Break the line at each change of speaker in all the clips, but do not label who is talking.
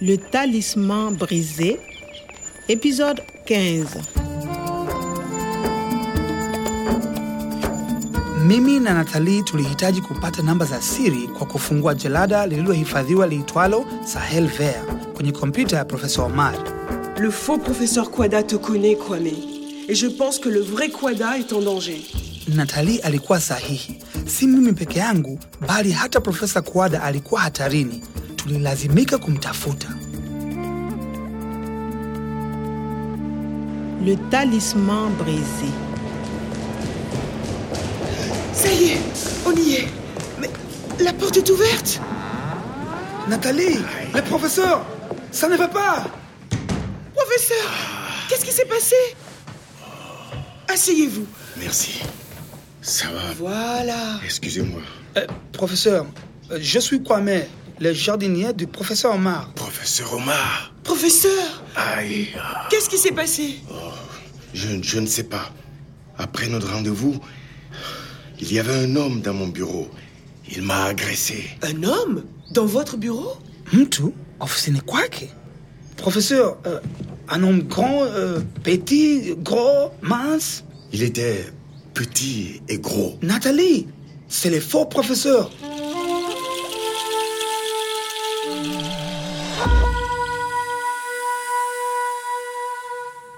Le talisman brisé, épisode 15.
Mimi na Natalii tulihitaji kupata namba za siri kwa kufungua jalada lililohifadhiwa liitwalo Sahel Ver kwenye kompyuta ya Profesa Omar.
Le faux professeur Quada te connaît, Kwame. Et je pense que le vrai Quada est en danger.
Natalii alikuwa sahihi, si mimi peke yangu, bali hata Profesa Kuada alikuwa hatarini. Tulilazimika kumtafuta.
Le talisman brisé.
Ça y est, on y est. Mais la porte est ouverte
Nathalie, le professeur, ça ne va pas
Professeur Qu'est-ce qui s'est passé Asseyez-vous.
Merci. Ça va.
Voilà.
Excusez-moi.
Euh, professeur, euh, je suis Kwame, le jardinier du professeur Omar.
Professeur Omar.
Professeur
Aïe.
Qu'est-ce qui s'est passé
Je, je ne sais pas. Après notre rendez-vous, il y avait un homme dans mon bureau. Il m'a agressé.
Un homme Dans votre bureau
Mtu ofisini kwake? Professeur, euh, un homme grand, euh, petit, gros, mince?
Il était petit et gros.
Nathalie, c'est le faux professeur.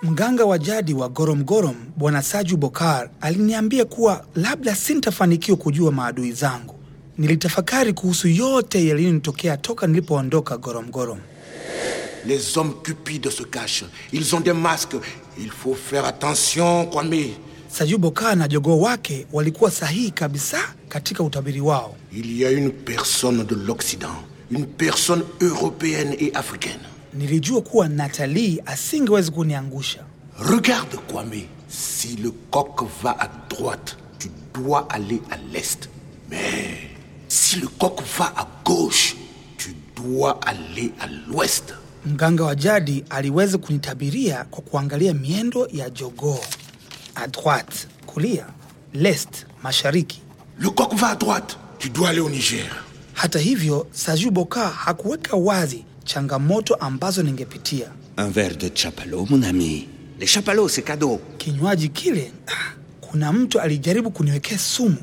Mganga wa jadi wa Goromgorom Bwana Saju Bokar aliniambia kuwa labda sintafanikiwa kujua maadui zangu. Nilitafakari kuhusu yote yaliyonitokea toka nilipoondoka Goromgorom.
Les hommes cupides se cachent. Ils ont des masques. Il faut faire attention, Kwame.
Saju Bokar na jogoo wake walikuwa sahihi kabisa katika utabiri wao.
Il y a une personne de l'Occident, une personne européenne et africaine.
Nilijua kuwa Natalii asingeweza kuniangusha.
Regarde, Kwame. Si le coq va à droite, tu dois aller à l'est. Mais si le coq va à gauche, tu dois aller à l'ouest.
Mganga wa jadi aliweza kunitabiria kwa kuangalia miendo ya jogoo. À droite, kulia, lest, mashariki.
Le coq va à droite, tu dois aller au Niger.
Hata hivyo, Saju Boka hakuweka wazi changamoto ambazo ningepitia.
Un verre de chapalot, mon ami. Les chapalots, c'est cadeau.
Kinywaji kile, ah, kuna mtu alijaribu kuniwekea sumu.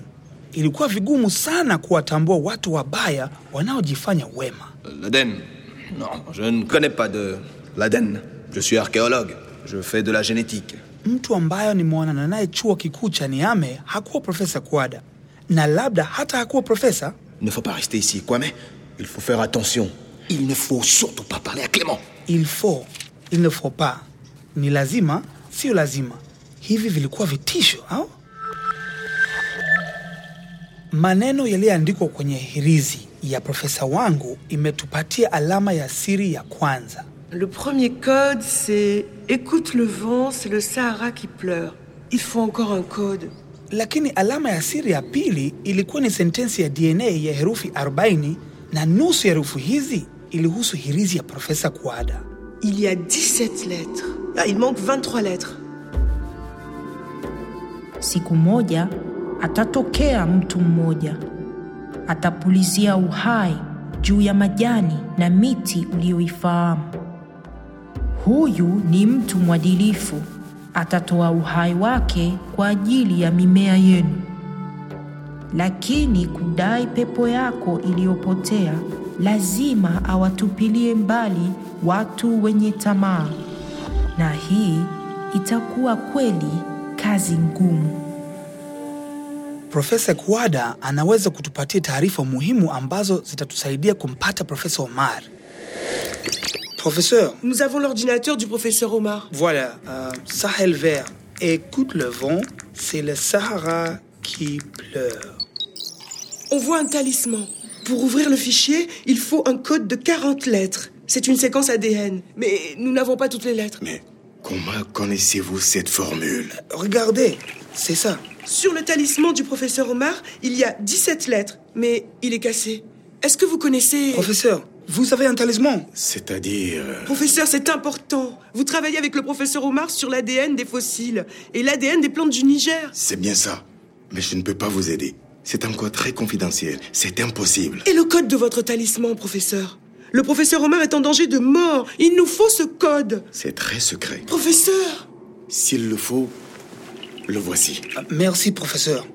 Ilikuwa vigumu sana kuwatambua watu wabaya wanaojifanya wema.
Euh, L'Aden Non, je ne connais pas de l'Aden. Je suis archéologue. Je fais de la génétique.
Mtu ambayo nimeonana naye chuo kikuu cha Niame hakuwa Profesa Kwada, na labda hata hakuwa profesa.
Il ne faut pas rester ici, Kwame. Il faut faire attention.
Il ne faut surtout pas parler à Clément.
Il faut, il ne faut pas, ni lazima, sio lazima. Hivi vilikuwa vitisho au maneno yaliyoandikwa kwenye hirizi ya profesa wangu imetupatia alama ya siri ya kwanza.
Le premier code, c'est Écoute le vent, c'est le Sahara qui pleure. Il faut encore un code.
Lakini alama ya siri ya pili ilikuwa ni sentensi ya DNA ya herufi 40 na nusu ya herufi hizi ilihusu hirizi ya Profesa Kuada.
Il y a 17 lettres. Ah, il manque 23 lettres.
Siku moja atatokea mtu mmoja, atapulizia uhai juu ya majani na miti uliyoifahamu. Huyu ni mtu mwadilifu, atatoa uhai wake kwa ajili ya mimea yenu. Lakini kudai pepo yako iliyopotea, lazima awatupilie mbali watu wenye tamaa, na hii itakuwa kweli kazi ngumu.
Profesa Kuada anaweza kutupatia taarifa muhimu ambazo zitatusaidia kumpata Profesa Omar. Professeur,
Nous avons l'ordinateur du professeur Omar.
voilà, euh, Sahel vert. Écoute le vent, c'est le Sahara qui pleure.
On voit un talisman. Pour ouvrir le fichier, il faut un code de 40 lettres. C'est une séquence ADN, mais nous n'avons pas toutes les lettres.
Mais comment connaissez-vous cette formule
Regardez, c'est ça.
Sur le talisman du professeur Omar, il y a 17 lettres, mais il est cassé. Est-ce que vous connaissez...
Professeur, vous avez un talisman
C'est-à-dire... euh,
Professeur, c'est important. Vous travaillez avec le professeur Omar sur l'ADN des fossiles et l'ADN des plantes du Niger.
C'est bien ça. Mais je ne peux pas vous aider. C'est encore très confidentiel. C'est impossible.
Et le code de votre talisman, professeur Le professeur Homer est en danger de mort. Il nous faut ce code.
C'est très secret.
Professeur
S'il le faut, le voici.
Merci professeur.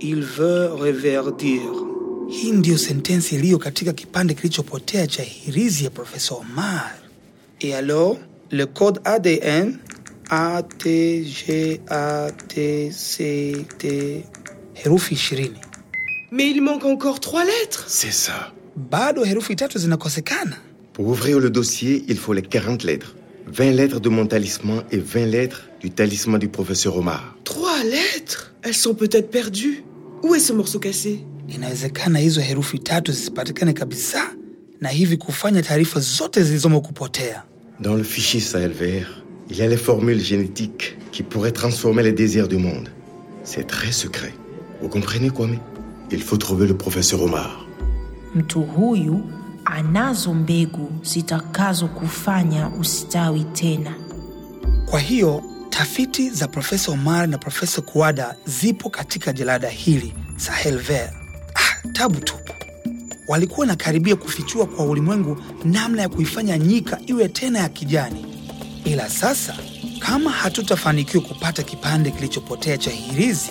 Il veut reverdir. Hii ndiyo sentensi iliyo katika kipande kilichopotea cha hirizi ya Profesa Omar. Et alors, le code ADN ATGATCT herufi ishirini.
Mais il manque encore trois lettres.
C'est ça.
Bado herufi tatu zinakosekana.
Pour ouvrir le dossier, il faut les 40 lettres. 20 lettres de mon talisman et 20 lettres du talisman du professeur Omar.
Trois lettres Elles sont peut-être perdues. Où est ce morceau cassé
Inawezekana hizo herufi tatu zisipatikane kabisa, na hivi kufanya taarifa zote zilizomo kupotea.
Dans le fichier Sahel vert, il y a les formules génétiques qui pourraient transformer les désirs du monde. C'est très secret. Vous comprenez, Kwame Il faut trouver le professeur Omar.
Mtu huyu anazo mbegu zitakazokufanya usitawi tena.
Kwa hiyo tafiti za Profesa Omar na Profesa Kuada zipo katika jalada hili Sahel Ver. Ah, tabu tupu. Walikuwa nakaribia kufichua kwa ulimwengu namna ya kuifanya nyika iwe tena ya kijani, ila sasa kama hatutafanikiwa kupata kipande kilichopotea cha hirizi,